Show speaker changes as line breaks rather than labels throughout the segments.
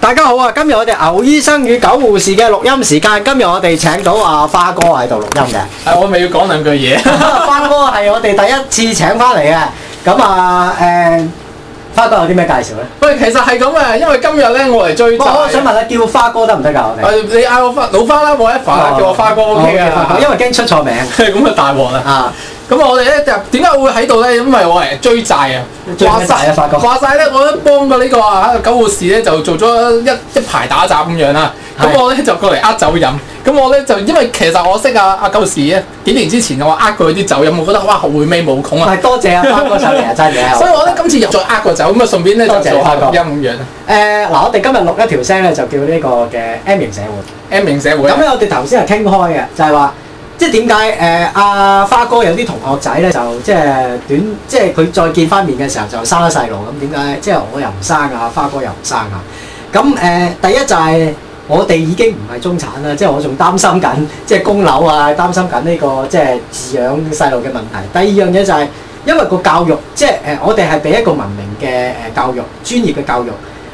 大家好啊！今日我哋牛醫生與狗護士嘅錄音時間，今日我哋請到阿花哥喺度錄音嘅。
係哎我咪要講兩句嘢。
花哥係我哋第一次請翻嚟嘅，咁啊誒、花哥有啲咩介紹咧？
喂，其實係咁啊，因為今日咧我嚟追債。
我想問下，叫花哥得唔得㗎？我哋
誒你嗌我花老花啦，冇一法
哦
啊啦，叫我花哥 OK
花
啊
哥。因為驚出錯名
係 咁啊，大鑊啦！
啊！
咁我哋咧就點解我會喺度咧？因為我係追債啊，
追緊債啊
晒
發哥
話晒咧，我都幫過呢個啊狗護士咧，就做咗一一排打雜咁樣啦。咁
係
我咧就過嚟呃酒飲，咁我咧就因為其實我識啊阿狗護士咧，幾年之前我呃過佢啲酒飲，我覺得哇回味無窮啊！
係多謝阿花 哥上嚟啊，真嘅。
所以我咧今次又再呃個酒，咁啊順便咧就
多謝
做下
發哥
錄音咁樣。
誒嗱、我哋今日錄一條聲咧，就叫呢個嘅 M 型社會。
M 型社會啊
咁。咧，我哋頭先係傾開嘅，就係、話，即係點解誒呃阿花哥有啲同學仔咧，就即係短，即係佢再見翻面嘅時候就生咗細路咁，點解？即係我又唔生啊，花哥又唔生啊。咁誒、第一就係、我哋已經唔係中產啦，即係我仲擔心緊，即係供樓啊，擔心緊呢、個即係飼養細路嘅問題。第二樣嘢就係、因為個教育，即係誒、我哋係俾一個文明嘅誒教育、專業嘅教育，誒、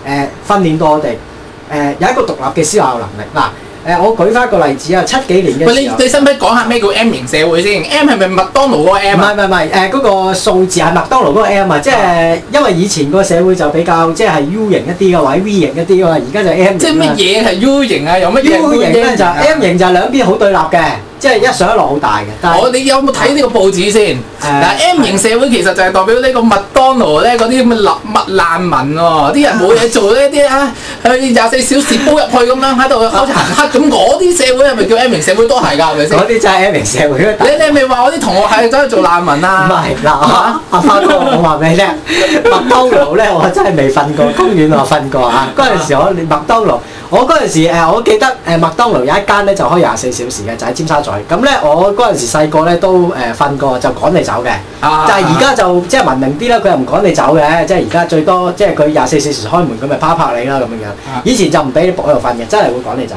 呃訓練到我哋誒、呃有一個獨立嘅思考能力。嗱、誒、我舉翻一個例子啊，七幾年嘅
喂，你
時候，
你使唔使講下咩叫 M 型社會先？M 係咪麥當勞嗰個
唔
M
係
啊？
唔係唔係誒嗰個數字係麥當勞嗰個 M 啊，即係因為以前個社會就比較即係 U 型一啲嘅，或者 V 型一啲嘅嘛，而家就 M
即係
型啦
乜嘢係 U 型啊？有乜嘢係
U 型咧就
啊
M 型就係兩邊好對立嘅，即係一上一落好大嘅。但
我
係
哋有冇睇呢個報紙先？
誒
嗱，M 型社會其實就係代表呢個麥當勞咧嗰啲咁嘅難麥難民喎，啲人冇嘢做呢啲啊，去廿四小時煲入去咁樣喺度好似行乞咁，嗰啲社會係咪叫 M 型社會都係㗎？係咪先
嗰？啲真係 M 型社會啊！
你你係咪話我啲同學係走去做難民
唔
啊？
係嗱，阿阿花哥，我話俾你聽，麥當勞咧，我真係未瞓過，公園我瞓過
啊
嚇。嗰陣時我連麥當勞，我嗰陣時誒，我記得誒麥當勞有一間咧就開廿四小時嘅，就喺尖沙咀。咁咧我嗰陣時細個咧都誒瞓過，就趕你走嘅。
啊
就係而家就即係文明啲啦，佢又唔趕你走嘅，即係而家最多即係佢廿四小時開門，佢咪啪啪你啦咁樣樣
啊。
以前就唔俾你仆喺度瞓嘅，真係會趕你走。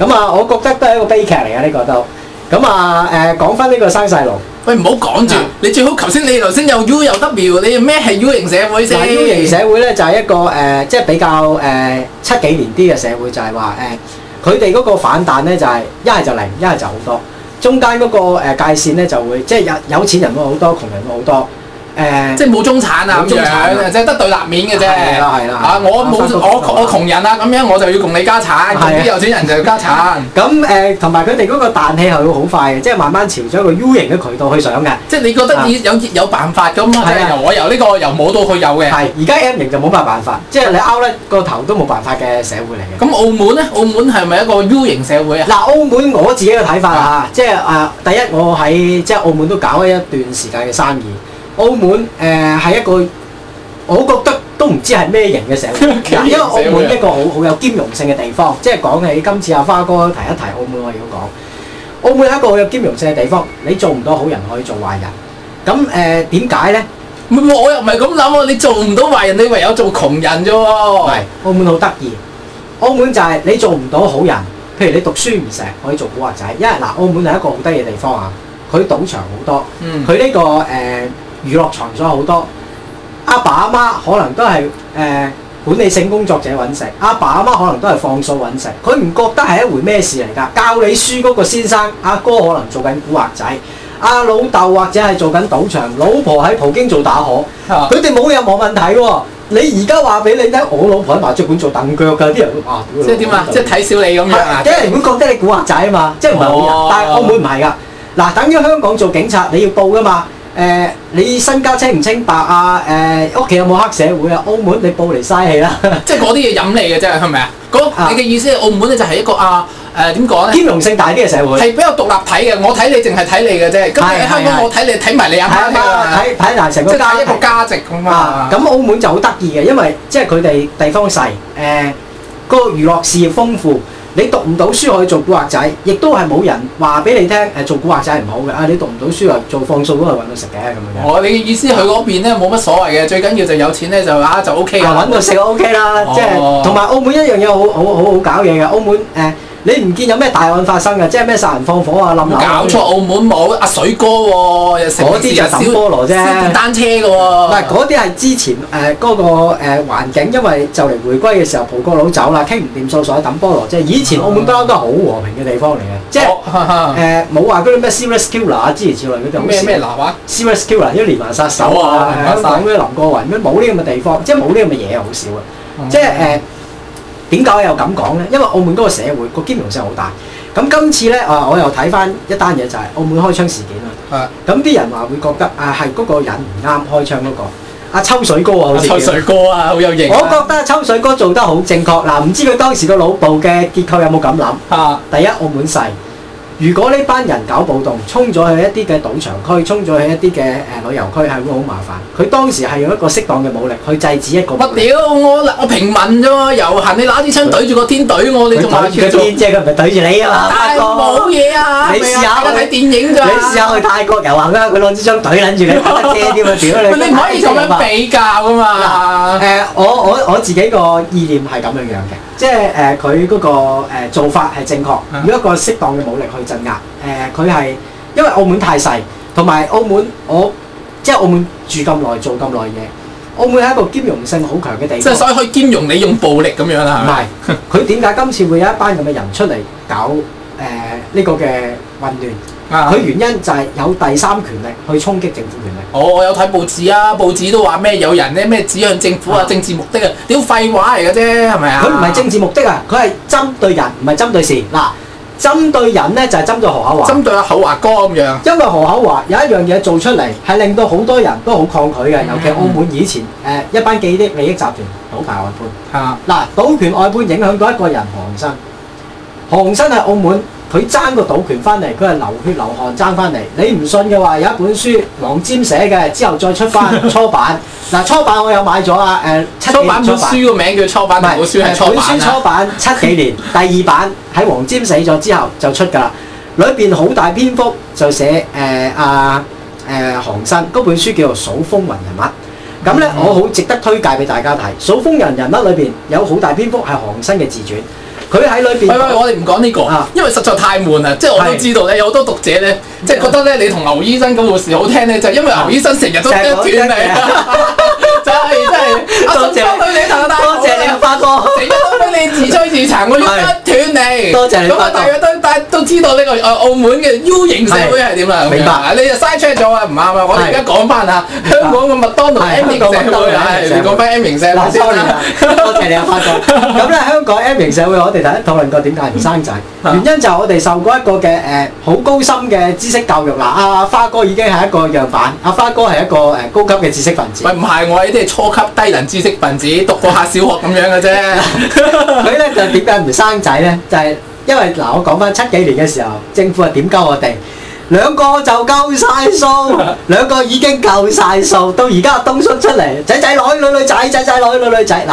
咁啊，我覺得都係一個悲劇嚟嘅呢個都。咁啊誒，講翻呢個生細路。
喂，唔好講住
啊，
你最好頭先你頭先有 U 有 W，你咩係 U 型社會先
嗱，U 型社會咧就係一個誒、呃即係比較誒、呃七幾年啲嘅社會就係話誒，佢哋嗰個反彈咧就係一係就零，一係就好多，中間嗰、個、呃、界線咧就會即係有有錢人會好多，窮人會好多，誒、
即係冇中產啊
冇
咁
中產啊
樣，即係得對立面嘅啫。
係啦係啦
啊，我冇
啱啱
我
講到
我窮人啊，咁樣我就要共你家產，
係啊
咁啲有錢人就要 家產。
咁誒同埋佢哋嗰個彈氣係會好快嘅，即係慢慢朝咗一個 U 型嘅渠道去上嘅，
即係你覺
啊
得你有有辦法咁嘛？
係啊
由我由呢個由冇到去有嘅。
係而家 M 型就冇乜辦法，即係你拗甩個頭都冇辦法嘅社會嚟嘅。
咁澳門咧，澳門係咪一個 U 型社會啊？
嗱，澳門我自己嘅睇法啊，即係啊，第一我喺即係澳門都搞咗一段時間嘅生意。澳門誒係、一個，我覺得都唔知係咩型嘅 社會，
幾型
嗱因為澳
社會
門
啊
一個好好有兼容性嘅地方。即係講起今次阿花哥提一提澳門，我要講澳門係一個好有兼容性嘅地方。你做唔到好人，可以做壞人。咁誒點解咧？
唔係我又唔係咁諗喎，你做唔到壞人，你唯有做窮人啫喎。
係澳門好得意。澳門就係你做唔到好人，譬如你讀書唔成，可以做古惑仔。因為嗱，澳門係一個好低嘅地方啊，佢賭場好多，
嗯，
佢呢、個誒、呃、娛樂場所好多。阿爸阿媽可能都係誒、呃管理性工作者揾食，阿爸阿媽可能都係放數揾食，佢唔覺得係一回咩事嚟㗎。教你書嗰個先生，阿哥可能做緊古惑仔，阿老豆或者係做緊賭場，老婆喺葡京做打荷。
啊
佢哋冇任何問題喎。你而家話俾你聽，我老婆喺麻雀館做凳腳㗎，啲人會啊，
即係點啊？即係睇小你咁樣啊
係？啲人會覺得你古惑仔啊嘛，即係唔係好人
哦
但係澳門唔係㗎。嗱，等於香港做警察，你要報㗎嘛。誒、你身家清唔清白啊？誒，屋企有冇黑社會啊？澳門你報嚟嘥氣啦，
即係嗰啲嘢飲你嘅啫，係咪啊？嗰
啊
你嘅意思係澳門咧就係一個啊誒點講咧？
兼容性大啲嘅社會。
係比較獨立睇嘅，我睇你淨係睇你嘅啫。咁
係
你香
係
港我睇你睇埋你阿
係啊
媽
嘛
㗎嘛，
睇睇嗱成個
即係睇
家
一個價值咁
啊
嘛，。
咁澳門就好得意嘅，因為即係佢哋地方細，誒、呃個娛樂事業豐富。你讀唔到書可以做古惑仔，亦都係冇人話俾你聽誒做古惑仔係唔好嘅。啊，你讀唔到書又做放數都係揾到食嘅咁樣嘅。
我你嘅意思，佢嗰邊咧冇乜所謂嘅，最緊要就有錢咧就啊就 O K
啊，
啦。
揾到食就 OK 啦，
哦
即係同埋澳門一樣嘢好好好好搞嘢嘅。澳門誒、你你唔見有咩大案發生嘅，即係咩殺人放火啊、冧樓啊
搞錯，澳門冇阿水哥喎，又成
嗰啲就
日
抌
燒
菠蘿啫
燒電單車嘅喎。
唔係嗰啲係之前誒嗰個誒環境，因為就嚟回歸嘅時候，葡國佬走啦，傾唔掂數，所以抌菠蘿啫。以前澳門不嬲都係好和平嘅地方嚟嘅，即係
哦哈哈
誒冇話嗰啲咩 serious killer 啊之類之類嗰啲好
咩啊
少
咩嗱話
serious killer，一連環殺手
有
啊
啊，
香
連環殺
港嗰啲林過雲咁冇呢咁嘅地方，即係冇呢咁嘅嘢好少啊。
嗯
即係誒點解我又咁講咧？因為澳門嗰個社會個兼容性好大。咁今次咧啊，我又睇翻一單嘢就係澳門開槍事件啦。
啊
咁啲人話會覺得啊係嗰個人唔啱開槍嗰、個，阿、秋水哥啊，好似叫
抽水哥啊，好有型啊。
我覺得秋水哥做得好正確。嗱、唔知佢當時個腦部嘅結構有冇咁諗？
啊
第一，澳門細。如果呢班人搞暴動，衝咗去一啲嘅賭場區，衝咗去一啲嘅誒旅遊區，係會好麻煩。佢當時係用一個適當嘅武力去制止一個
乜
暴力
屌我我平民啫喎，遊行你拿支槍對住個天對我，你
佢
仲話
對
叫
住
做
個？天啫，佢唔係對住你啊嘛。
但係冇嘢啊，
你試下
大家睇電影咋？
你試下去泰國遊行啦，佢攞支槍懟撚住你，得遮添啊！屌你！
你唔可以咁
啊
樣比較噶嘛
誒、？我我我自己個意念係咁樣樣嘅，即係誒佢嗰個、誒做法係正確，
嗯
如果一個適當嘅武力去鎮壓，誒佢係因為澳門太細，同埋澳門我即係澳門住咁耐做咁耐嘢，澳門係一個兼容性好強嘅地
即
方。
係所以可以兼容你用暴力咁樣啦，
唔
係咪？
係，佢點解今次會有一班咁嘅人出嚟搞誒呢、個嘅混亂？
啊
佢原因就係有第三權力去衝擊政府權力。
我哦我有睇報紙啊，報紙都話咩有人咧咩指向政府啊
啊，
政治目的啊，屌廢話嚟嘅啫，係咪啊？
佢唔係政治目的啊，佢係針對人，唔係針對事。嗱，針對人咧就係、針對何厚華，
針對阿厚華哥咁樣，
因為何厚華有一樣嘢做出嚟係令到好多人都好抗拒
嗯
嘅，尤其澳門以前誒、呃一班既得利益集團賭牌外判。
嚇
嗱，賭權外判影響到一個人韓生，韓生喺澳門，佢爭個賭權翻嚟，佢係流血流汗爭翻嚟。你唔信嘅話，有一本書黃霑寫嘅，之後再出翻初版。 嗱，初版我有買咗啊，誒、七幾
初
年
版本書個名叫初版，但本書係初
本書
版
初
啊。
版七幾年，第二版喺黃霑死咗之後就出㗎啦。裏邊好大篇幅就寫呃誒阿誒韓生嗰本書叫做《數風雲人物》。咁咧，
嗯
我好值得推介俾大家睇。《數風雲人物》裏邊有好大篇幅係韓生嘅自傳，佢喺裏邊
喂喂，我哋唔講呢
啊
個，因為實在太悶啊啦。即係我都
係
知道咧，有好多讀者咧，即係覺得咧，你同牛醫生嗰故事好聽咧，就係因為牛醫生成日都
就啊係
斷
講
你
真嘅，
就係 真係。
啊
阿
多謝
信幫到你同我大佬
多謝你啊，花哥。
死都俾你自吹自殘，我要一斷你。
多謝你
咁
發
啊，
覺
大家都大家都知道呢個誒澳門嘅 U 型社會係點啦。
明白
啊你就嘥 check 咗啊，唔啱啊！我哋而家講翻啊，香港嘅麥當勞
係
M 型社會啊，係
香港麥當勞 M 型社會
你講翻 M 型社
嗱
會先
，sorry
啦
啊。多謝你啊，花哥。咁咧，香港 M 型社會，我哋頭先討論過點解唔生仔，原因就係我哋受過一個嘅誒好高深嘅知識教育。嗱，阿花哥已經係一個樣板，阿花哥係一個誒高級嘅知識分子
喂，。唔係我呢啲係初級低能知識分子，讀過下小學咁樣嘅 啫。
佢咧就點解唔生仔咧？就係因為嗱，我講翻七幾年嘅時候，政府係點鳩我哋？兩個就夠晒 數，兩個已經夠晒數。到而家東叔出嚟，仔仔女女女仔，仔仔女女女仔。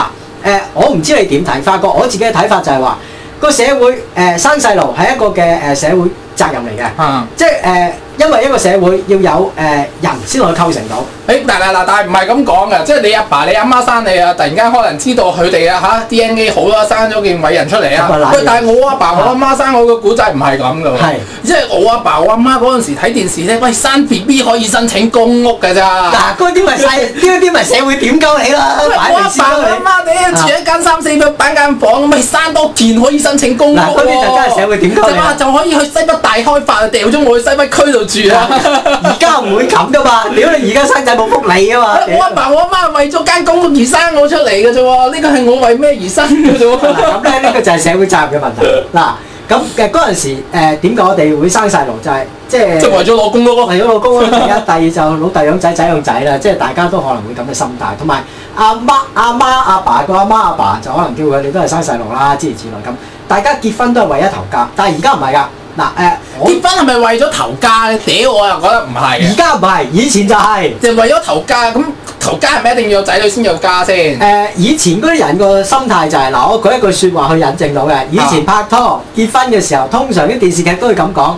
嗱，誒、我唔知你點睇，發覺我自己嘅睇法就係話，個社會誒、生細路係一個嘅誒、社會責任嚟嘅，
啊！
即係誒、因為一個社會要有誒、人先可以構成到。
誒嗱嗱嗱，但係唔係咁講嘅，即係你阿爸你阿媽生你啊，突然間可能知道佢哋啊嚇 DNA 好啦，生咗件偉人出嚟
咁啊
啊
嗱。
喂，但係我阿爸我阿媽生我個古仔唔係咁嘅
係
喎，即係我阿爸我阿媽嗰陣時睇電視咧，喂生 B B 可以申請公屋㗎咋。
嗱、嗰啲咪細，嗰啲咪社會點鳩你啦，
喂我
擺明
阿
先
爸
鳩
我
你啊
阿。媽你住一間三四百板間房，咪生多件可以申請公屋
嗱
喎。
嗰啲就真係社會點鳩你
就
啊
話就可以去西北大開發，掉咗我去西北區度住啊啦。
而家唔會咁噶嘛，屌你而家生仔冇福利 啊嘛，
我阿爸我阿媽係為咗間公屋而生我出嚟嘅啫喎，呢個係我為咩而生嘅啫
嗱咁
喎。
咧呢個就係社會責任嘅問題。嗱咁誒嗰陣時誒點解我哋會生細路就係即係啊
即係為咗攞公屋咯。
為咗老公啦，第一，第二就老豆養仔，仔養仔啦，即係大家都可能會咁嘅心態，同埋阿媽阿媽阿爸個阿媽阿爸就可能叫佢哋都係生細路啦，諸如此類咁。大家結婚都係為一頭家，但係而家唔係㗎。嗱誒，我
結婚係咪為咗頭家咧？屌我又覺得唔係
而
嘅，
家唔係，以前就係、
就係為咗頭家。咁頭家係咪一定要有仔女先有家先
誒、？呃以前嗰啲人個心態就係、嗱，我舉一句説話去引證到嘅。以前拍拖結婚嘅時候，通常啲電視劇都會咁 講。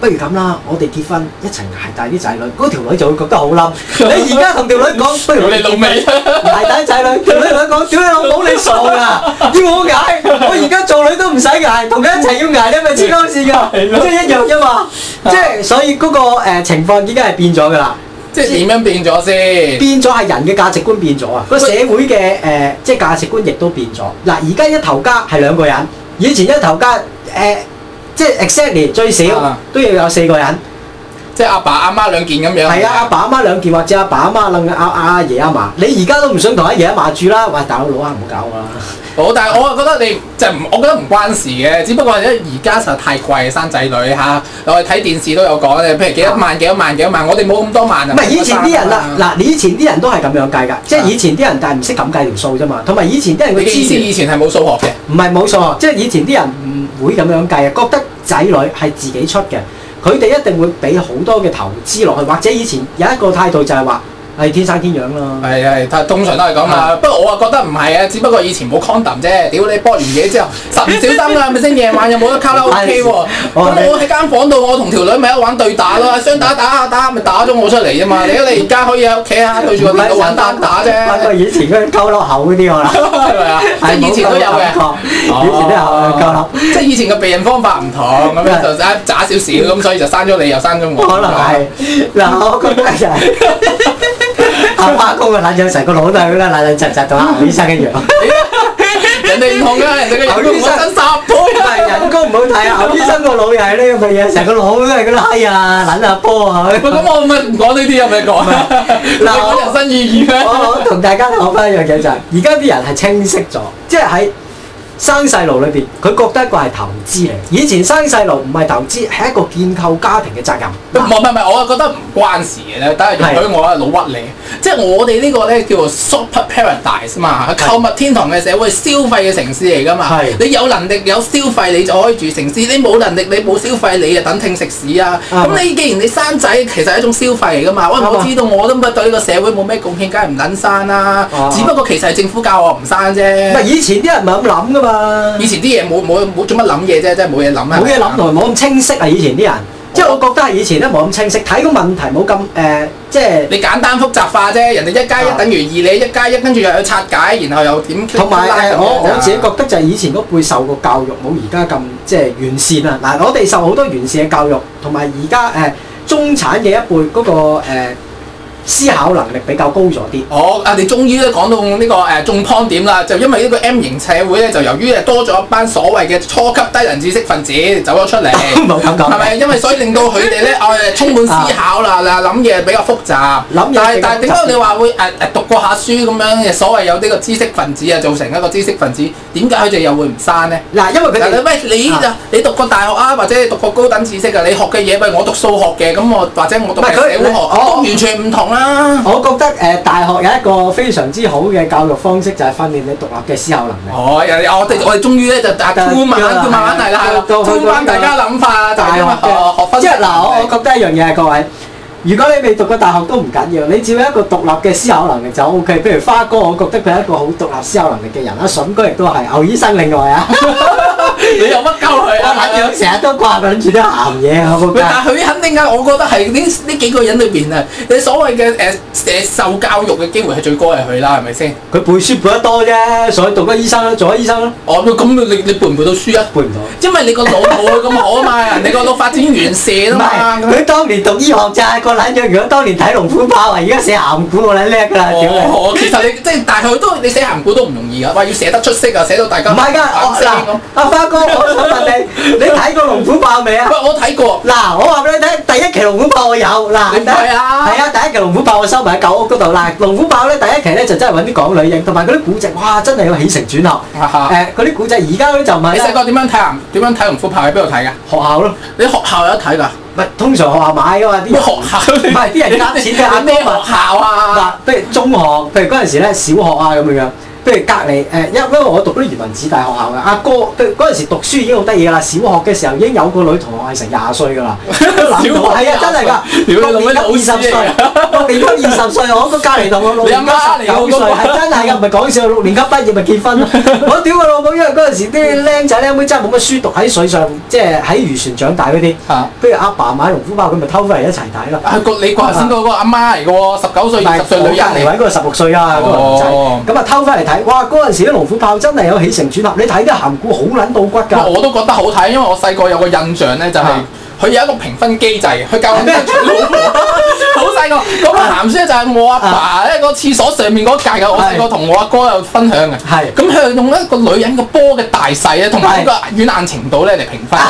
不如咁啦，我哋結婚一齊捱大啲仔女，嗰條女就會覺得好 冧。你而家同條女講，不如我
屌 你
哋
老味！
捱大啲仔女，條女同佢講，屌你老母你傻㗎，要我捱，我而家做女都唔唔使捱，同佢一齊要捱咧，咪黐鳩線㗎，
係咯
即係一樣啫嘛。即係所以嗰個誒情況已經係變咗㗎啦，
即係點樣變咗先？
變咗係人嘅價值觀變咗啊，個社會嘅誒即係價值觀亦都變咗。嗱，而家一頭家係兩個人，以前一頭家誒即係 exactly 最少
啊
都要有四個人。
即係阿爸阿媽兩件咁樣。
係啊，阿爸阿媽兩件，或者阿爸阿媽楞阿阿阿爺阿嫲，你而家都唔想同阿爺阿嫲住啦，喂大佬佬啊，唔好搞 我啦。
好，但係我覺得你就唔，我覺得唔關事嘅，只不過因為而家實在太貴生仔女嚇，我哋睇電視都有講嘅，譬如幾多萬、幾多萬、幾多萬，我哋冇咁多萬啊。
唔係以前啲人啦，
嗱，
嗱你以前啲人都係咁樣計㗎，即係
啊
以前啲人但係唔識咁計條數啫嘛，同埋以前啲人
你
嘅
嘅意
資
思
源
以前係冇數學嘅，
唔係冇錯，即係以前啲人唔會咁樣計啊，覺得仔女係自己出嘅，佢哋一定會俾好多嘅投資落去，或者以前有一個態度就係話係天生天養啦，
係係，但係通常都係咁啊。不過我啊覺得唔係啊，只不過以前冇 condom 啫，屌你波完嘢之後十二小心啊，係咪先？夜晚又冇得卡拉 OK 喎，咁
我明
我喺間房度，我同條女咪一玩對打咯，雙打打下打下咪打咗我出嚟啫嘛。你你而家可以喺屋企啊對住個電腦玩單打啫，
不過以前嗰啲溝落口嗰啲我啦。
係咪啊？ 即係以前都有
哎
嘅。
以前都有夠啦，
即係以前嘅避孕方法唔同，咁樣就爭渣少少，咁所以就生咗你又生咗我。
可能係嗱，我覺得就係阿花公嘅懶有成個腦都係咁啦，懶懶窒窒到啊牛醫生 一樣。
人哋唔同㗎，人哋嘅人工我增十
唔
倍
係人工唔好睇啊，牛醫生個腦又係呢咁嘅嘢，成個腦都係嗰啲閪啊，撚下波啊
喂，咁我咪唔講呢啲有咩講啊？ 你講人生意義咩？
我我同大家講翻一樣嘢就係，而家啲人係清晰咗，即係喺生細路裏邊，佢覺得一個係投資嚟。以前生細路唔係投資，係一個建構家庭嘅責任。
唔係唔係唔係，我啊覺得唔關事嘅咧，等下容許我啊老屈你。即係我哋呢個咧叫做 super paradise 嘛，
係
購物天堂嘅社會，消費嘅城市嚟噶嘛
係。
你有能力有消費，你就可以住城市；你冇能力，你冇消費，你就等聽食屎啊！
啱啊
咁你既然你生仔，其實係一種消費嚟噶嘛。喂，
啱啊
我知道我都對呢個社會冇咩貢獻，梗係唔撚生啦
啊。
只不過其實係政府教我唔生
唔係
啫。
以前啲人唔係咁諗噶嘛。
以前啲嘢冇冇冇做乜諗嘢啫，真係冇嘢諗啊。
冇嘢諗同埋冇咁清晰啊！以前啲人，即係我覺得係以前咧冇咁清晰，睇個問題冇咁誒，即係
你簡單複雜化啫，人哋一加一
啊
等於二，你一加一跟住又有拆解，然後又點
同埋
拉咁啊
誒，
樣
我
咋
我自己覺得就係以前嗰輩受個教育冇而家咁即係完善啊！嗱，我哋受好多完善嘅教育，同埋而家誒中產嘅一輩嗰個誒思考能力比較高咗啲。
我啊，你終於咧講到呢、個誒、中 point 點啦，就因為呢個 M 型社會咧，就由於呃多咗一班所謂嘅初級低能知識分子走咗出嚟，
冇咁講
係咪？因為所以令到佢哋啊咧誒充滿思考啦，嗱諗嘢比較複雜，
諗嘢比較
但係但係點解
複雜
你話會誒誒、呃讀過下書咁樣嘅所謂有呢個知識分子啊，造成一個知識分子，點解佢哋又會唔生咧？
嗱，因為佢
嗱，你
哋
喂你就
啊
你讀過大學啊，或者你讀過高等知識啊，你學嘅嘢喂，我讀數學嘅，咁我或者我讀
唔係
嘅
佢
社會學，
我
都完全唔同啦。
我覺得誒大學有一個非常之好嘅教育方式，就係訓練你獨立嘅思考能力。
哦，又我哋我哋終於咧就啊，
得
慢慢
得
慢慢嚟啦，係啦
到到
推翻大家諗法，啊就
大
係
學
因為學學
嘅，
分
即係嗱，我我
析
覺得一樣嘢係各位，如果你未讀過大學都唔緊要，你只要一個獨立嘅思考能力就 O K。譬如花哥，我覺得佢係一個好獨立思考能力嘅人啦，筍哥亦都係，牛醫生另外 啊，
你有乜鳩佢
我
啊？
撚樣成日都掛撚住啲鹹嘢，我覺
喂
得。
但係佢肯定啊，我覺得係呢呢幾個人裏邊啊，你所謂嘅誒誒受教育嘅機會係最高係佢啦，係咪先？
佢背書背得多啫，所以讀咗醫生啦，做咗醫生啦，
哦，咁你你背唔背到書啊？
背唔到。
因為你個腦冇佢咁好啊嘛，人哋個腦發展完
唔
善
係，
啊嘛。
佢當年讀醫學咋，個撚樣。如果當年睇龍虎豹啊，而家寫鹹股我撚叻㗎啦，屌你！
哦，其實 你即係，但係佢都你寫鹹古都唔容易噶，話要寫得出色啊，寫到大家
唔係㗎，
眼
我
色
嗱，阿花哥，我想問你，你睇過龍虎豹未啊？
咁喂，我睇過，
嗱，我話俾你聽，第一期龍虎豹我有嗱，
你唔係啊
係啊，第一期龍虎豹我收埋喺舊屋嗰度嗱，龍虎豹咧第一期咧就真係揾啲港女影，同埋嗰啲古仔，哇，真係有起承轉合。誒，嗰啲古仔而家嗰啲就唔係
啊你細
啦，
個點樣睇鹹？點樣睇龍虎豹？喺邊度睇啊㗎？
學校咯，
你學校有得睇㗎？
唔係通常學校買噶嘛啲
咩
人。
學校？
唔係啲人
呃
夾錢嘅阿哥
咩學
嘛
校
嗱
啊？，
譬如中學，譬如嗰陣時咧小學啊咁樣樣，譬如隔離誒，因因為我讀嗰啲漁民子弟學校嘅，阿哥佢嗰陣時讀書已經好得意㗎啦，小學嘅時候已經有個女同學係成廿歲㗎啦， 諗到係啊真係㗎，
屌
六
你
年
老啊
級
母
二十歲，六年級二十歲，我個隔離同我六年級十九歲，係真 係㗎，唔係講笑，六年級畢業咪結婚咯，我屌佢老母，因為嗰陣時啲僆仔僆妹真係冇乜書讀，喺水上即係喺漁船長大嗰啲，
嚇！
譬如阿爸買龍虎豹，佢咪偷翻嚟一齊睇咯。
係個你頭先嗰個阿媽嚟嘅喎，十九歲、
但
二
係
十歲女人
我隔離
嚟
位嗰個十六歲啊，嗰個男仔，
哦
咁啊偷翻嚟睇睇，哇！嗰陣時啲龍虎豹真係有起承轉合，你睇啲鹹股好撚到骨 㗎。
我都覺得好睇，因為我細個有個印象咧，就係
啊
佢有一個評分機制，佢 教我點樣娶老婆。好細個，咁啊鹹書就係我阿爸咧個廁所上面嗰格嘅，我細個同我阿哥有分享嘅。
係
咁佢係用一個女人嘅波嘅大細咧，同埋呢個軟硬程度咧嚟評 分。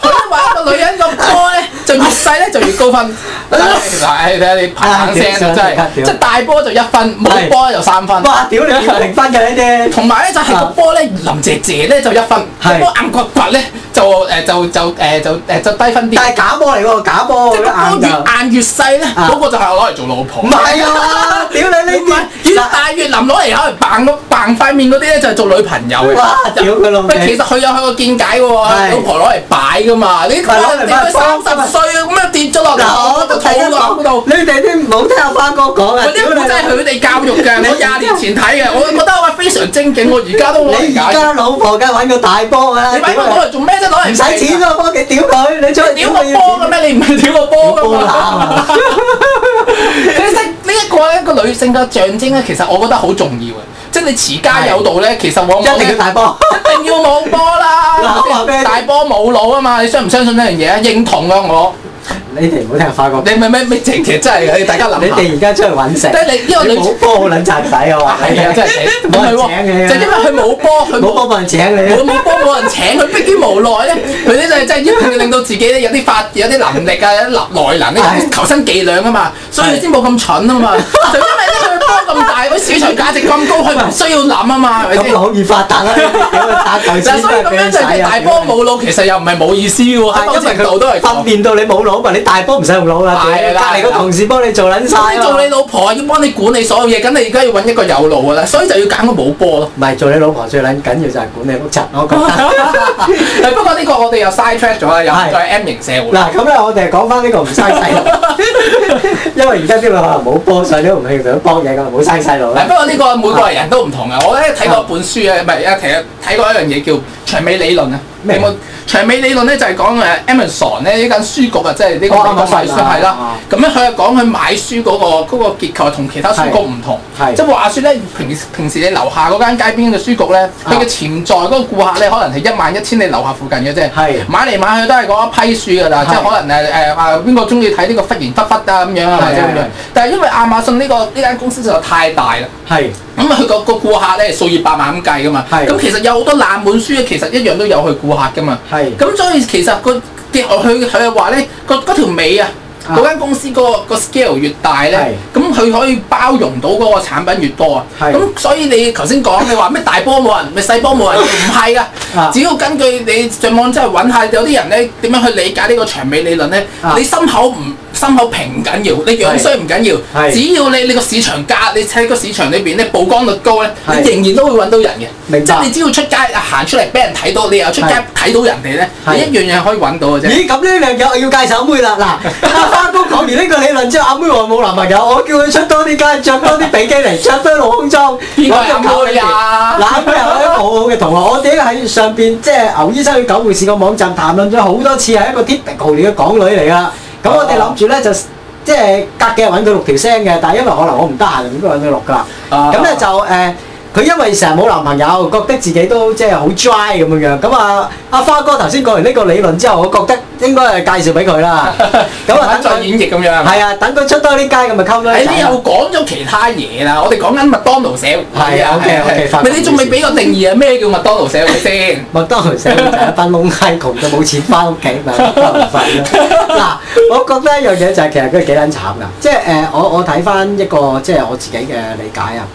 佢話一個女人個波咧，就越細咧就越高 分。但係睇下你嘭嘭聲啊，真
啊
係
屌
即係大波就一分，冇
係
波就三分。
哇！屌你一零分嘅呢啲，
同埋咧就係個
啊
波咧，林姐姐咧就一分，個
係
波硬掘掘咧就誒就就誒就誒就低分啲。
但係假波嚟喎，假波
即係個
嗰
波
硬就。
越硬越細咧，
啊
嗰個就係攞嚟做老婆。
唔係啊！屌你
唔係
呢啲
越大越腍攞嚟攞嚟扮個扮塊面嗰啲咧就係做女朋友嘅。
哇屌佢老味
喂，其實佢有佢個見解嘅喎，
係
老婆攞嚟擺㗎嘛。你
係攞嚟
點解
擺
三十歲咁樣跌咗落
嗱，
嚟
我
個
都
肚
睇得
嗰
到
度，？
你哋啲唔好聽阿花哥講啊！
嗰啲
屌
古
你！
仔係佢哋教育㗎，我廿年前睇嘅，我覺得我非常精警，我而家都攞嚟
你而
解。
家老婆梗係揾個大波㗎啦，哎
你
屌
擺個攞
你
嚟做咩啫？攞嚟啊
唔使錢啊！幫佢屌佢，你出去
你屌個
佢
波嘅咩？你唔係屌個波
屌波
噶
乸
嘛
啊？
你識呢一個一個女性嘅象徵咧，其實我覺得好重要嘅，即係你持家有道咧，其實往往
一定要大波。
一定要冇波啦
嗱我話俾，你
大波冇腦啊嘛！你相唔相信呢樣嘢啊？認同啊我，
你哋唔好聽阿花哥講。
你咪咪咪直其實真 係，你大家諗
你
下。
哋而家出去揾食，
即係你因為
你
你
冇波好撚賺底啊！我話你
係啊，真係死，唔係
冇人
喎，就
請你
因為
啊！
佢冇波，佢
冇波冇人請你
冇
啊！
冇幫冇人請佢，迫於無奈咧， 佢咧就真係一定要令到自己咧有啲發有啲能力啊，有啲立內能咧，有啲求生伎倆啊嘛，所以佢先冇咁蠢啊嘛。就因為咧佢波咁大，佢市場價值咁高，佢唔需要諗啊嘛，係咪
咁
先
就？好易發達啦！屌佢打嚿
嗱，
錢都
所以
係
咁
俾你
樣
使
就係
啊！
大波冇腦，其實又唔係冇意思 喎，喺
係
某
因為
程度都
佢
係
訓
咁。
練到你冇腦嘛，你大波唔使用腦啦，
係
屌
啦
隔離個同事幫你做撚晒
咁你
啊
做你
嘛！
老婆要幫你管理所有嘢，咁你而家要揾一個有腦噶啦，所以就要揀個冇波咯。
唔係做你老婆最撚緊要就係管理屋柒，我覺得。
係不過呢個我哋又 side track 咗啦，又
係
再 M 型社會。
嗱，咁咧我哋講翻呢個唔生細 路，因為而家啲女可能冇波，上咗唔興想幫嘢咁，冇生細路
嗱，
啦
不。過呢個每個人都唔同
啊
嘅。我咧睇過一本書啊，唔係啊，其實睇過一樣嘢叫長尾理論啊。
咩
有冇長尾理論咧？就係講誒 Amazon 咧呢間書局啊，即係呢個
哦
美國買書
啱啱
係啦
啊。
咁咧佢係講佢買書嗰個嗰個結構同其他書局唔同。
係係
即係話説咧，平平時你樓下嗰間街邊嘅書局咧，
啊
佢嘅潛在嗰個顧客咧，可能係一萬一千你樓下附近嘅啫。
係
買嚟買去都係嗰一批書㗎啦，即係
係
可能誒誒啊邊個中意睇呢個忽然忽忽啊咁樣啊，或
係係
者咁樣
係。
但係因為亞馬遜呢個呢間公司實在太大啦。
係
咁啊佢個個顧客咧數以百萬咁計噶嘛，
係
咁其實有好多冷門書其實一樣都有佢顧客噶嘛，
係
咁所以其實個跌落去佢係話咧，個嗰條尾啊，
啊
嗰間公司個個 scale 越大咧，咁佢可以包容到嗰個產品越多啊，
係
咁所以你頭先講你話咩大波冇人，咪細波 冇人，唔係噶，
啊
只要根據你上網真係揾下，有啲人咧點樣去理解呢個長尾理論咧，
啊
你心口唔心口平唔緊要，你樣
係
衰唔緊要，
係
只要你你個市場價，你喺個市場裏邊咧曝光率高咧，
係
你仍然都會揾到人嘅。
明白
即係你只要出街行出嚟俾人睇到，你又出街
係
睇到人哋咧，
係
你一樣嘢可以揾到嘅啫。
咦，咁呢樣嘢我要介紹阿妹啦。 嗱，阿花哥講完呢個理論之後，阿妹話冇男朋友，我叫佢出多啲街，着多啲比基尼，着多露胸裝。
邊個係阿妹 啊
嗱，阿妹係我一個好好嘅同學，我哋喺上邊即係牛醫生與狗護士個網站談論咗好多次，係一個 typical 嘅港女嚟噶。咁我哋諗住咧就即係隔幾日揾佢錄條聲嘅，但係因為可能我唔得閒，就唔該揾佢錄噶啦。咁咧就誒，呃佢因為成日冇男朋友，覺得自己都即係好 dry 咁樣樣。咁啊，阿花哥頭先講完呢個理論之後，我覺得應該係介紹俾佢 啦。咁啊
咁啊，，
等
再
佢
演繹咁樣。
係啊，等佢出多啲街咁咪溝多
誒，
啲
你
仔啦。
又講咗其他嘢啦，我哋講緊麥當勞社會
係啊，OK，
係
OK，
係
發
咪你仲未俾個定義啊？咩叫麥當勞社 會先？
麥當勞社會就係一班窿閪窮到冇錢翻屋企，咪麥當勞費咯。嗱，我覺得一樣嘢就係其實佢幾撚慘㗎，即係誒、呃我我睇翻一個即係我自己嘅理解啊。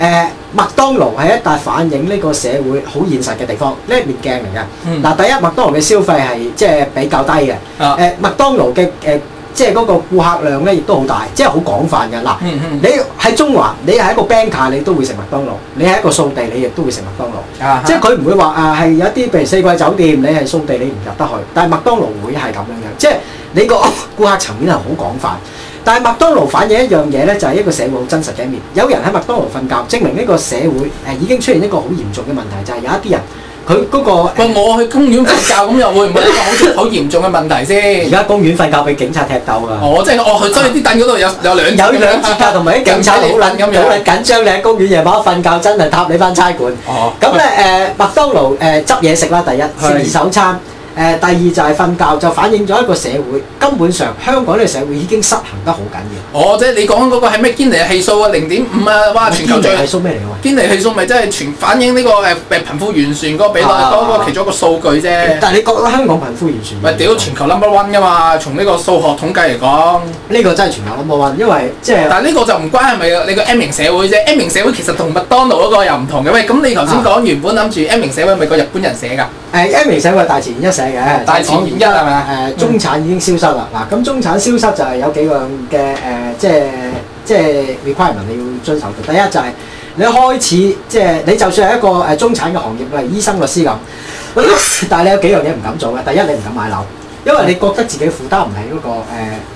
誒、麥當勞係一笪反映呢個社會好現實嘅地方，呢一面鏡嚟嘅。
嗯
嗱，第一麥當勞嘅消費係即係比較低嘅。誒、
啊
麥當勞嘅誒、即係嗰個顧客量咧，亦都好大，即係好廣泛嘅。嗱，
嗯嗯
你喺中環，你係一個 banker，你都會食麥當勞；你係一個掃地，你亦都會食麥當勞。
啊
即係佢唔會話誒係有一啲譬如四季酒店，你係掃地你唔入得去，但係麥當勞會係咁樣樣，即係你個哦顧客層面係好廣泛。但係麥當勞反映一樣嘢咧，就係、一個社會好真實嘅一面。有人喺麥當勞瞓覺，證明呢個社會誒、已經出現一個好嚴重嘅問題，就係、有一啲人佢嗰個
喂，我去公園瞓覺咁又會唔會一個好好嚴重嘅問題
而
先？
家公園瞓覺俾警察踢鬥啊！
我即係我去，所以啲凳嗰度有有兩
有兩節㗎，同埋啲警察好啊撚
咁
咁樣
樣。
緊張，你喺公園夜晚瞓覺真係搭你翻差館。
哦，
咁咧誒麥當勞誒執嘢食啦，第一
係
食二手餐，誒、呃第二就係瞓覺，就反映咗一個社會根本上香港呢個社會已經失衡得好緊要。
我即係你講嗰個係咩堅尼係數啊，零點五啊，哇！全球最
堅尼係蘇咩嚟嘅
堅尼係數咪真係全反映呢個誒誒貧富懸殊嗰個比率
啊
嗰個其中一個數據
喂？
啫。
但係你覺得香港貧富懸殊？
喂，呃屌全球 number one 噶嘛，從呢個數學統計嚟講，
呢個真係全球 number one，因為即係
但係呢個就唔關係咪你個 M 型社會啫，M 型社會其實同麥當勞嗰個又唔同嘅。喂，咁你頭
啊
先講原本諗住 M 型社會咪個日本人寫㗎？
誒 Amy 社會係大前研一呃寫嘅，
大前研一係咪啊嗯
誒啊呃中產已經消失啦，嗱咁中產消失就係有幾樣嘅誒，即係即係 requirement 你要遵守嘅。第一就係你開始即係你就算係一個誒中產嘅行業，例如醫生、律師咁，但係你有幾樣嘢唔敢做嘅。第一你唔敢買樓，因為你覺得自己負擔唔起嗰個誒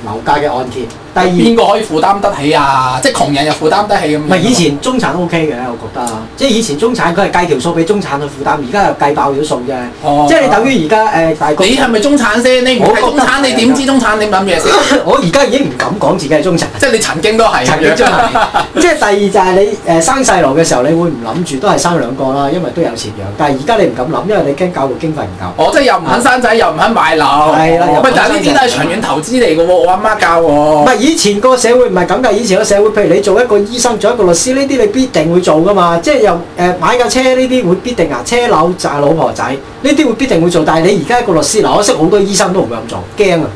樓價嘅按揭。第二
邊個可以負擔得起啊？即係窮人又負擔得起咁。
唔係以前中產 O K 嘅，我覺得，即係以前中產佢係計條數俾中產去負擔，而家又計爆咗數啫。
哦，
即係你等於而家誒大個。
你係咪中產先？你唔係中產，你點知中產你諗嘢先？
我而家已經唔敢講自己係中產，
即係你曾經都 係。啊
曾經真係。 即係第二就係你誒生細路嘅時候，你會唔諗住都係生兩個啦，因為都有錢養。但係而家你唔敢諗，因為你驚教育經費唔夠。
我哦即係又唔肯生仔，又唔肯買樓。
係啦又唔
喂
肯，
但係
生
呢
仔
啲都係長遠投資嚟嘅喎，我阿媽教
唔
我。
係以前個社會唔係咁㗎，以前個社會譬如你做一個醫生，做一個律師，呢啲你必定會做㗎嘛。即係又誒買架車呢啲會必定啊，車樓賺老婆仔呢啲會必定會做。但係你而家一個律師嗱，我識好多醫生都唔會咁做，驚啊！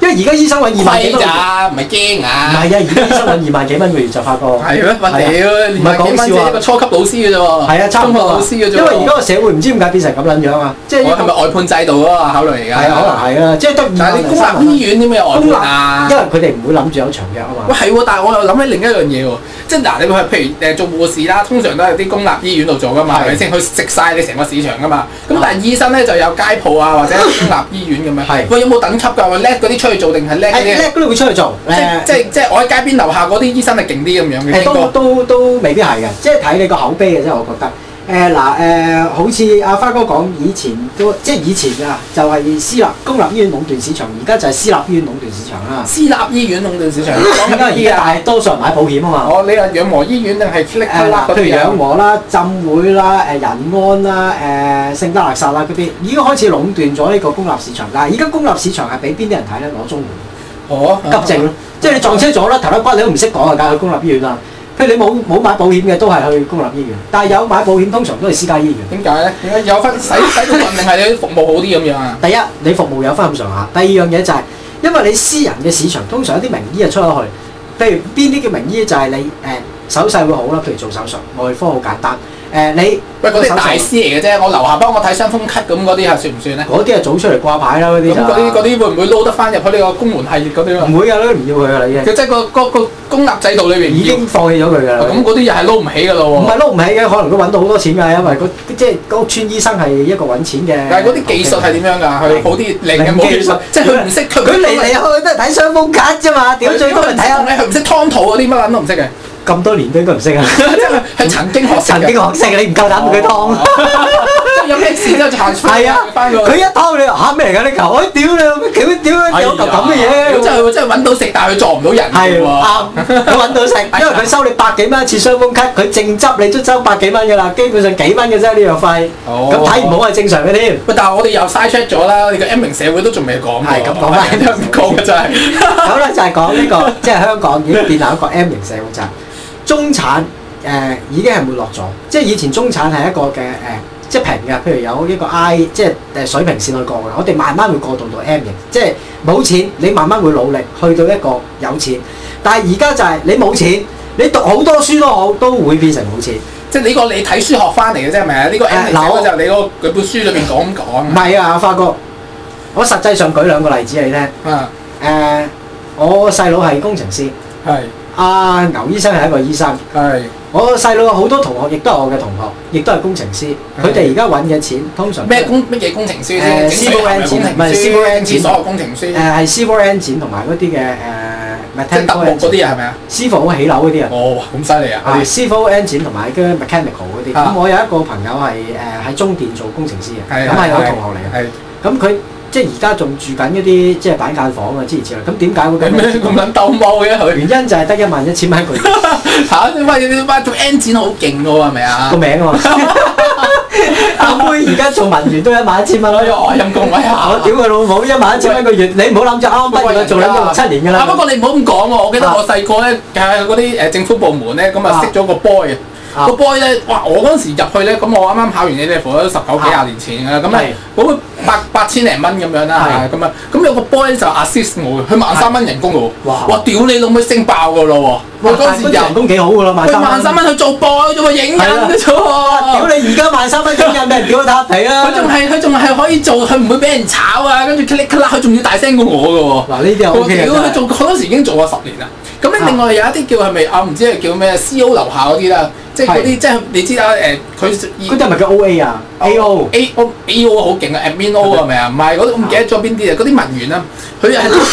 因為而家醫生揾二萬幾
虧
蚊，唔
咋，唔係驚啊。
係啊，而家醫生揾二萬幾蚊個月就發覺。
係咩？我
係啊
屌，
唔
唔
係
係
講
講
笑
笑
啊
一個初級老師嘅啫喎。
係啊，差唔多
中學
啊
老師嘅啫喎。
因為而家個社會唔知點解變成咁撚樣啊，即係一
我係咪
個
外判制度啊？考慮而家。
係啊，可能係啊，即係得
但
二
係
萬
你
零三萬
公立醫院點解有外
公立
判啊？
因為佢哋唔會諗住有長約啊
喂
嘛。
係喎，但係我又諗起另一樣嘢喎，即係嗱，你話譬如誒做護士啦，通常都係啲公立醫院度做噶
係
嘛，係咪先？佢食晒你成個市場噶嘛。咁
啊
但係醫生咧就有街鋪 啊，或者公立醫院咁樣。
係
喂，有冇等級㗎？喂，叻嗰啲出去做定係叻嗰
誒
啲
叻？嗰啲會出去做，
即
誒
即即我喺街邊樓下嗰啲醫生係勁啲咁樣
誒
嘅。應該
都都都未必係嘅，即係睇你個口碑嘅啫，我覺得。誒嗱誒，好似阿花哥講，以前都即係以前啊，就係私立公立醫院壟斷市場，而家就係私立醫院壟斷市場啦。
私立醫院壟斷市場，
咁
講
而
緊醫
家
啊！
大多數人買保險啊嘛。
我你話養和醫院定
誒
係 Click
嗱，
嗰
譬如
啲
養
啊？
和啦、浸會啦、誒仁安啦、誒聖德勒薩啦嗰啲，已經開始壟斷咗呢個公立市場。嗱，而家公立市場係俾邊啲人睇咧？攞綜援、
哦，
急症咯，即係你撞車咗啦，頭甩骨你都唔識講啊，梗係去公立醫院啦。譬如你冇冇買保險嘅，都係去公立醫院，但係有買保險通常都係私家醫院。
點解咧？點解有分使使工運定係你服務好啲咁樣啊？
第一，你服務有翻咁上下；第二樣嘢就係、因為你私人嘅市場通常有啲名醫啊出咗去，譬如邊啲叫名醫就係你誒、手勢會好啦，譬如做手術，外科好簡單。誒、你
喂，嗰啲大
手術
師嚟嘅啫，我樓下幫我睇傷風咳咁嗰啲係算唔算咧？
嗰啲係早出嚟掛牌啦，嗰啲
咁
就啊
嗰啲嗰啲會唔會撈得翻入去呢個公門系列嗰啲啊？
唔會噶啦，唔要佢噶啦，已
佢
經
即係個個個公立制度裏邊
嗯已經放棄咗佢噶
要，
啦
啊咁。嗰啲又係撈唔起㗎
唔
咯
係撈唔起嘅，可能都揾到好多錢㗎，因為嗰即係嗰屋村醫生係一個揾錢嘅
喎。。但係嗰啲技術係點樣㗎？佢好啲零嘅冇技術，即係佢唔識佢
佢嚟嚟去去都係睇傷風咳啫嘛，屌最多咪睇下
佢唔識湯肚嗰啲乜撚都唔識 嘅，
咁多年都應該唔識啊，
即係佢曾經學識
曾經學識嘅你唔夠膽 佢劏。
即係有咩事之後就行
係啊，
翻個。
佢一劏你嚇咩嚟㗎？呢球，我屌你，屌屌有嚿咁嘅
哎真
嘢。
係佢真係揾到食，但係佢撞唔到人
係
㗎喎。
啱，佢揾到食，因為佢收你百幾蚊一次傷風咳，佢淨執你都收百幾蚊㗎啦，基本上幾蚊嘅啫呢藥費。
哦
咁睇唔好係正常嘅添，
喂，但係我哋又嘥 check 咗啦，你個 M 型社會都仲未講喎。
係咁講返
真係唔講嘅真係。
好啦，就係講呢個，即係香港已經變成一個 M 型社會就係中產誒、呃已經係沒落咗，即係以前中產係一個嘅誒、呃即係平嘅，譬如有一個 I，即係誒水平線去過嘅，我哋慢慢會過渡到 M 型，即係冇錢，你慢慢會努力去到一個有錢，但係而家就係你冇錢，你讀好多書都好，都會變成冇錢。
即係呢個你睇書學翻嚟嘅啫，係咪啊？呢、個 M
誒
型
嗱
社
我
會就係你嗰個佢本書裏面講咁講
唔。係啊，發哥，我實際上舉兩個例子你聽，誒、
啊，
我細佬係工程師。
係
阿牛醫生係一個醫生，
係
我細佬好多同學亦都係我嘅同學，亦都係工程師。
嗯
佢哋而家揾嘅錢通常都係
咩工乜嘢工程師
誒
先？整水喉嘅
civil engineer，
工程
唔係
師
civil
整廁所嘅工程師。
誒係 civil engine 同埋嗰啲嘅誒
即係特
mechanical
務嗰
engine
啲啊，係咪啊？
師傅起樓嗰啲啊。
哦，咁犀利啊！
啊
嗰啲
，civil engine 同埋跟 mechanical 嗰啲，
啊
咁我有一個朋友係誒喺中電做工程師嘅，咁係我同學嚟嘅。
係
咁佢即係而家仲住緊嗰啲即係板間房啊，之前之類。咁點解會
係咩
咁
咁
樣？
撚鬥踎嘅 佢
原因就係得一萬一千蚊一個月
嚇？點解點解做 N 展好勁喎？係咪啊
個？名 啊嘛。阿妹而家做文員都一萬一千蚊
哎
咯。
呀，陰公喂
我
嚇！
屌佢老母，一萬一千蚊一個月，你唔好諗住啱啱畢業啦，做緊六七年㗎
啊不
啦。
過你唔好咁講喎，我記得
啊
我細個咧喺嗰啲誒政府部門咧，咁
啊
啊識咗個 boy
啊
啊，個 boy 咧，哇！我嗰陣時入去咧，咁我啱啱考完 A level 都十九
啊
幾廿年前㗎啦，咁咧嗰個八八千零蚊咁樣啦，咁啊，咁有個 boy 就 assist 我嘅，佢萬三蚊人工嘅
哇
喎，哇！屌你老母升爆㗎咯喎！
哇
我嗰陣時
但係嗰啲人
入
工幾好㗎啦，萬
佢
三
萬三蚊去做 boy 啫喎，影印嘅啫
屌
喎。
你而家萬三蚊工人俾人屌到塌皮啦！
佢仲係佢仲係可以做，佢唔會俾人炒啊！跟住 click click 佢仲要大聲過我嘅喎。
嗱呢啲係 O
我屌
K 嘅
佢
真係。
做好多時已經做咗十年啦。咁咧，
啊
另外有一啲叫係咪啊？唔知係叫咩 C.O. 樓下嗰啲啦，即係嗰
係
啲即係你知啦誒，佢哦
嗰啲係咪叫 O A 啊？A O
A O A O 好勁啊，Admin O 係咪啊？唔係嗰啲我唔記得咗邊啲啊，嗰啲文員啦，佢係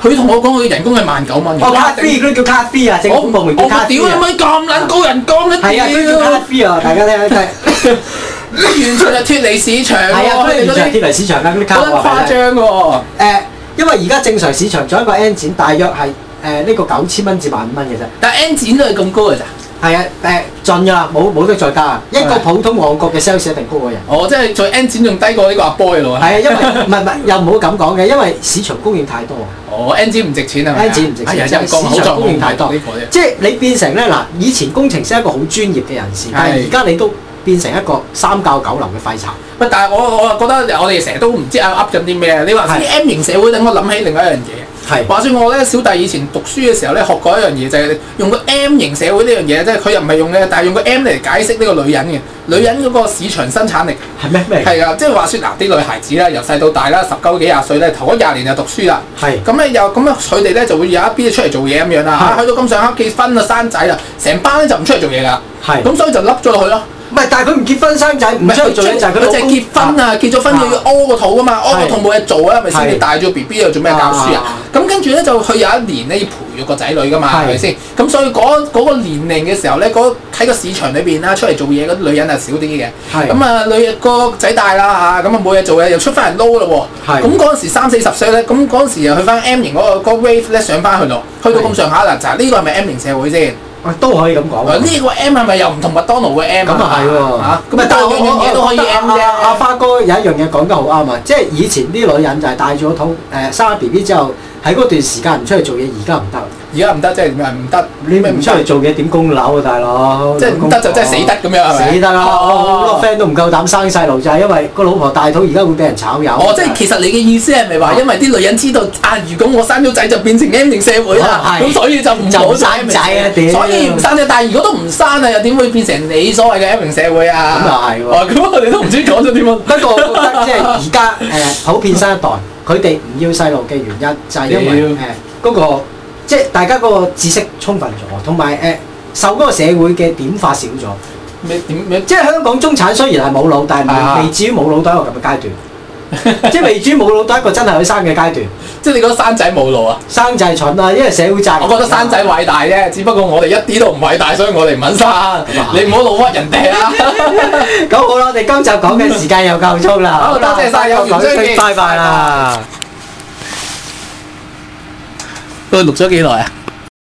佢同我講佢人工係萬九蚊嘅。
哦
哇
，Card B 嗰啲叫 Card B 啊，政
我
府部門叫
我屌
Card
你
B 啊。
咪咁撚高人工咧，
係啊，嗰啲叫 Card
屌！
B 啊，大家聽聽。
完全係脱離市場
係啊，
喎，
嗰
佢哋
啲
嗰
完全係
啲
跌嚟市場啦，啊嗰啲
好
Card
撚
話
誇張喎。
誒，呃因為而家正常市場做一個 N 展，大約係誒呢個九千蚊至萬五蚊嘅啫。
但 N 展都係咁高嘅咋？
係啊，誒盡㗎啦，冇冇得再加啊！一個
係
普通旺角嘅 sales 一定高過 人。
我哦真係做 N 展仲低過呢個阿 boy 咯
係。啊，因為唔係唔係又唔好咁講嘅，因為市場供應太多啊。
哦，N 紙唔值錢係咪啊
N 紙唔值錢
哎呀，
真係
陰公，好
市
在
場
我
供應
唔
太
係
多
讀呢個啫。
即係你變成咧嗱，以前工程師係一個好專業嘅人士，但係而家你都變成一個三教九流嘅廢柴。
喂，但係我我覺得我哋成日都唔知啊噏緊啲咩啊！你話
係
啲 M 型社會令我諗起另外一樣嘢。
係
話說我咧小弟以前讀書嘅時候咧學過一樣嘢，就係用個 M 型社會呢樣嘢，即係佢又唔係用咧，但係用個 M 嚟解釋呢個女人嘅女人嗰個市場生產力。
係咩咩嚟㗎？
係啊，即係話說嗱，啲女孩子啦，由細到大啦，十鳩幾廿歲咧，頭嗰廿年就讀書啦。
係
咁咧又咁啊，佢哋咧就會有一 B 出嚟做嘢咁樣啦啊
係
嚇，去到咁上下結婚啦、生仔啦，成班咧就唔出嚟做嘢㗎。
係。
咁所以就笠咗落去咯。
唔係，但係佢唔結婚生仔，唔
唔係
出去做嘢就係佢
佢
老
就係
公
結婚啊，結咗婚佢要屙個肚啊嘛，屙個肚冇嘢做啊，咪
係
先？你大咗 B B 又做咩教書啊
啊？
咁跟住咧就佢有一年咧要培育個仔女噶嘛，
係
係咪先？咁所以嗰嗰個年齡嘅時候咧，嗰喺個市場裏邊啊啦，出嚟做嘢嗰啲女人係少啲嘅。
係
咁啊，女個仔大啦嚇，咁啊冇嘢做嘅，又出翻嚟撈咯
係
喎。咁嗰陣時三四十歲咧，咁嗰陣時又去翻 M 型嗰個嗰個 wave 咧上翻去咯，去到咁上下啦，就係呢個係咪 M 型社會先？
啊都可以咁講
嗱
喎。
呢個 M 係咪又唔同麥當勞嘅 M
咁啊係喎，
嚇咁啊，但
但
係
係
樣樣嘢都可以 M 啫。
阿花哥有一樣嘢講得好啱啊，即係以前啲女人就係帶咗肚誒生咗 B B 之後，喺嗰段時間唔出去做嘢，而家唔得。
而家唔得，即係點啊？唔得，
你
咩
唔出去做嘢點供樓啊，大佬？
即係唔得就真係死得咁樣，係咪？
死得啦！我好多
哦
friend 都唔夠膽生細路，就係因為個老婆大肚，而家會俾人炒魷。
哦，即係其實你嘅意思係咪話，因為啲女人知道啊，如果我生咗仔就變成 M 型社會啦，
可能係
咁所以就唔好
就唔生仔啊屌
所以唔生仔，但係如果都唔生啊，又點會變成你所謂嘅 M 型社會啊？
咁又係喎
哦咁我哋都唔知講咗啲乜。
不過我覺得即係而家誒普遍新一代，佢哋唔要細路嘅原因就係因為誒
屌
嗰個即係大家嗰個知識充分咗，同埋誒受嗰個社會嘅點化少咗。
咩點咩？
即係香港中產雖然係冇腦，但係
啊
未未至於冇腦到一個咁嘅階段，即係未至於冇腦到一個真係去生嘅階段。
即係你覺得生仔冇路啊？
生就係蠢啦，因為社會責任。
我覺得生仔偉大啫，只不過我哋一啲都唔偉大，所以我哋唔肯 生。你唔好老屈人哋 啊！
咁好啦，我哋今集講嘅時間又夠足啦。
好多謝晒有緣再見
拜拜啦。
佢錄咗幾耐啊？